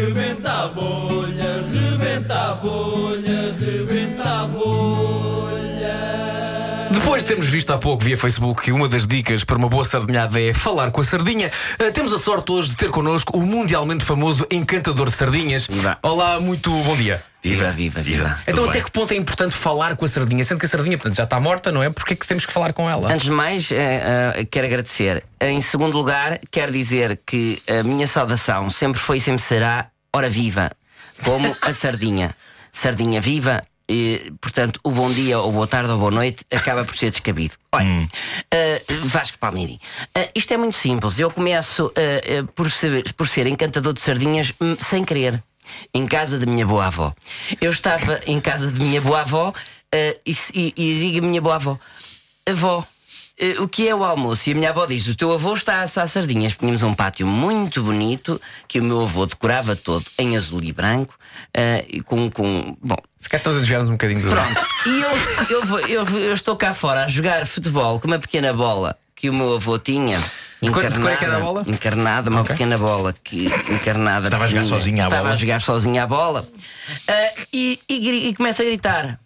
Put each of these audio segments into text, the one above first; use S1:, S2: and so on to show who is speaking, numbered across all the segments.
S1: Rebenta a bolha, rebenta a bolha, rebenta a bolha.
S2: Depois de termos visto há pouco via Facebook que uma das dicas para uma boa sardinhada é falar com a sardinha, eh, temos a sorte hoje de ter connosco o mundialmente famoso encantador de sardinhas.
S3: Viva.
S2: Olá, muito bom dia.
S3: Viva, viva, viva.
S2: Então,
S3: Tudo
S2: até
S3: bem.
S2: que ponto é importante falar com a sardinha? Sendo que a sardinha, portanto, já está morta, não é? Porque é que temos que falar com ela?
S3: Antes de mais, eh, eh, quero agradecer. Em segundo lugar, quero dizer que a minha saudação sempre foi e sempre será Ora Viva, como a sardinha. Sardinha viva, e, portanto, o bom dia, ou boa tarde, ou boa noite acaba por ser descabido. Olha, eh, Vasco Palmini, eh, isto é muito simples. Eu começo eh, eh, por, saber- por ser encantador de sardinhas hum, sem querer. Em casa de minha boa avó. Eu estava em casa de minha boa avó eh, e, se- e, e digo a minha boa avó: Avó, eh, o que é o almoço? E a minha avó diz: O teu avô está a assar sardinhas. Tínhamos um pátio muito bonito que o meu avô decorava todo em azul e branco. eh, e com, com. Bom,
S2: Se calhar estamos a desviar-nos um bocadinho do. Pronto.
S3: e eu, eu, vou- eu, vou- eu estou cá fora a jogar futebol com uma pequena bola que o meu avô tinha.
S2: De cor- de cor é que era a
S3: encarnada-
S2: bola?
S3: Encarnada, uma
S2: Ok.
S3: pequena bola que encarnada.
S4: Estava a jogar
S3: pequenina.
S4: sozinha à
S3: Estava
S4: bola.
S3: a jogar sozinha à bola. Ah, e, e, gri- e começa a gritar.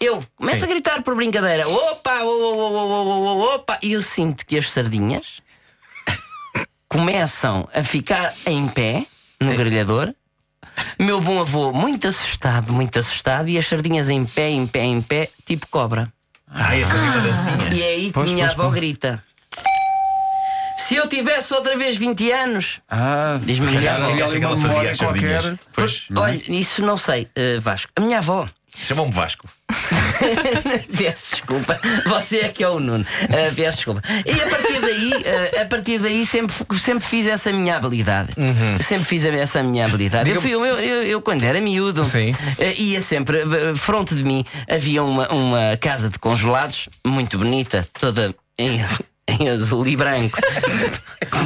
S3: Eu começo a gritar por brincadeira. Opa, o- o- o- o- o- o- opa. E eu sinto que as sardinhas começam a ficar em pé no grelhador. Meu bom avô, muito assustado, muito assustado, e as sardinhas em pé, em pé, em pé, tipo cobra.
S4: Ah, ia fazer uma dancinha.
S3: E é aí que
S2: Pois,
S3: minha
S2: pois,
S3: avó
S2: pois.
S3: grita: Se eu tivesse outra vez 20 anos.
S5: Ah,
S3: Diz-me
S5: se calhar
S3: melhor.
S5: havia ali
S4: Acho que
S5: uma
S4: ela fazia
S5: memória
S4: as sardinhas.
S5: qualquer.
S4: Pois,
S3: Olha, isso não sei, eh, Vasco. A minha avó,
S4: chamam-me Vasco.
S3: peço desculpa, você é que é o Nuno, eh, peço desculpa. E a partir daí, eh, a partir daí sempre, sempre fiz essa minha habilidade. Sempre fiz a- essa minha habilidade. Eu,
S2: Uhum. Diga-me-
S3: fui, um, eu, eu, eu, quando era miúdo,
S2: Sim.
S3: Eh, ia sempre, eh, fronte de mim havia uma, uma casa de congelados muito bonita, toda em, em azul e branco.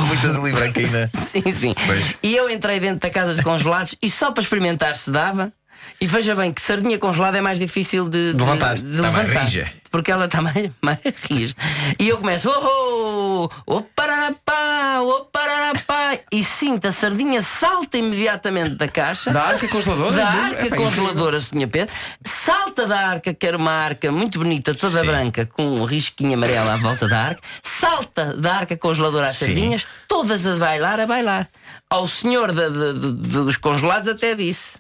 S4: Muitas ali branquina.
S3: sim, sim.
S4: Pois.
S3: E eu entrei dentro da casa de congelados e só para experimentar se dava. E veja bem que sardinha congelada é mais difícil de, de-
S2: levantar.
S3: de
S4: Tá mais
S3: levantar.
S4: rija.
S3: Porque ela está mais, mais rija. E eu começo, oh, oh, oh pararapá, oh pararapá. E sinto, a sardinha salta imediatamente da caixa.
S5: Da arca congeladora?
S3: Da
S5: é mesmo?
S3: arca
S5: Epá,
S3: congeladora, Sr. Pedro. Salta da arca, que era uma arca muito bonita, toda
S4: Sim.
S3: branca, com um risquinho amarelo à volta da arca. Salta da arca congeladora às
S4: Sim.
S3: sardinhas, todas a bailar, a bailar. Ao senhor da- da- da- dos congelados até disse: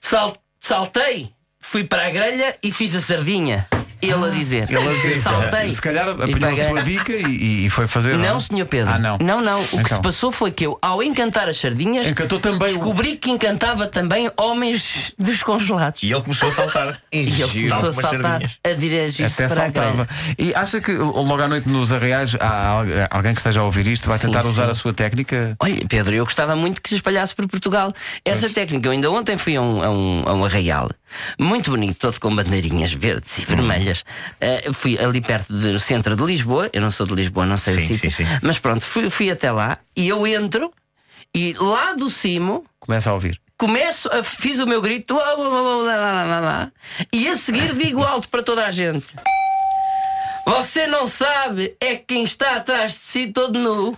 S3: "Sal- Saltei, fui para a grelha e fiz a sardinha. Ele a dizer:
S5: Ah. Ele a dizer,
S3: Saltei.
S5: Se calhar
S3: e para a
S5: apanhou a
S3: grelha.
S5: sua dica e, e foi fazer.
S3: Não, Sr. Pedro.
S5: Ah, não.
S3: Não, não. O que
S5: Então.
S3: se passou foi que eu, ao encantar as sardinhas,
S5: Encantou também o-
S3: descobri que encantava também homens descongelados.
S4: E ele começou a saltar.
S3: E
S2: Giro.
S3: ele começou a
S4: Algumas
S3: saltar,
S4: sardinhas.
S3: a dirigir-se
S5: Até
S3: para a grelha.
S5: saltava. E acha que logo à noite nos arreais há al- alguém que esteja a ouvir isto vai
S3: Sim,
S5: tentar
S3: sim.
S5: usar a sua técnica?
S3: Olha, Pedro, eu gostava muito que se espalhasse por Portugal essa técnica. Eu ainda ontem fui a um, a um, a um arraial, muito bonito, todo com bandeirinhas verdes
S5: Uhum.
S3: e vermelhas. Eh, eu fui ali perto do centro de Lisboa. Eu não sou de Lisboa, não sei o
S4: Sim,
S3: sítio.
S4: sim, sim.
S3: Mas pronto, fui, fui até lá e eu entro e lá do cimo.
S5: Começa a ouvir.
S3: Começo, a, fiz o meu grito, "Uau, uau, uau, lá, lá, lá, lá, lá", e a seguir digo alto para toda a gente: Você não sabe é quem está atrás de si todo nu.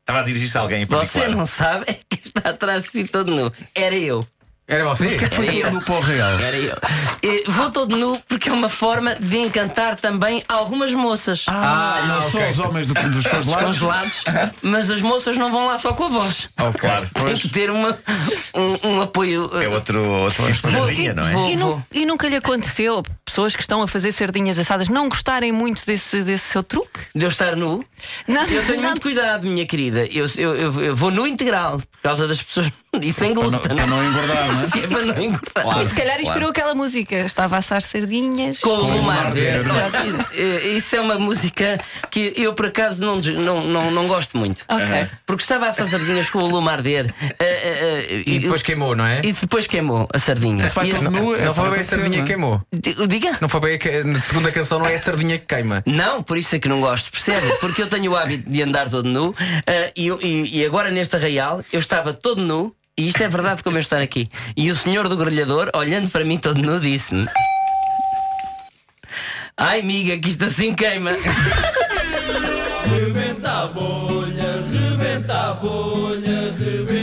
S4: Estava a dirigir-se a alguém em
S3: Você
S4: particular.
S3: não sabe é quem está atrás de si todo nu. Era eu.
S2: Era você?
S5: Foi
S3: Era eu.
S5: no pó real.
S3: Era eu. E vou todo nu porque é uma forma de encantar também algumas moças.
S5: Ah, não
S2: ok.
S5: só os homens do- dos congelados.
S3: Congelados, mas as moças não vão lá só com a voz.
S4: Claro.
S3: Tem que ter uma, um, um apoio.
S4: É outro, outro tipo de
S3: Vou-
S4: sardinha, não é?
S3: vou-
S6: E, nu- e nunca lhe aconteceu pessoas que estão a fazer sardinhas assadas não gostarem muito desse, desse seu truque?
S3: de eu estar nu.
S6: Não,
S3: Eu tenho
S6: não.
S3: muito cuidado, minha querida. Eu, eu, eu, eu vou no integral por causa das pessoas e sem glúten.
S5: Para não engordar, não é?
S3: Que é para não engordar.
S6: e se calhar inspirou aquela música. Estava a assar sardinhas.
S3: Com o
S5: Lumar
S3: Lumar Verde.
S5: Verde.
S3: Exato. Eh, Isso é uma música que eu por acaso não, des- não, não, não gosto muito. Eh,
S6: Ok.
S3: Porque estava a assar sardinhas com o Lumar eh, Verde.
S2: E depois queimou, não é?
S3: E depois queimou a sardinha.
S5: vai
S3: E eu-
S5: todo nu, é
S2: Não foi
S5: só
S2: bem a
S5: acontecer,
S2: sardinha
S5: não
S2: que
S5: é?
S2: queimou.
S3: D- Diga.
S2: Não foi bem a que- na segunda canção, não é a sardinha que queima.
S3: Não, por isso é que não gosto, percebe? Porque eu tenho o hábito de andar todo nu ah, e, eu- e- e agora neste arraial eu estava todo nu e isto é verdade como eu estar aqui. E o senhor do grelhador, olhando para mim todo nu, disse-me: Ai, amiga, que isto assim queima.
S1: Rebenta a bolha, rebenta a bolha, arrebentar.